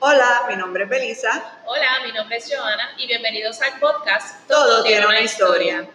Hola, mi nombre es Belisa. Hola, mi nombre es Joana y bienvenidos al podcast Todo tiene una historia.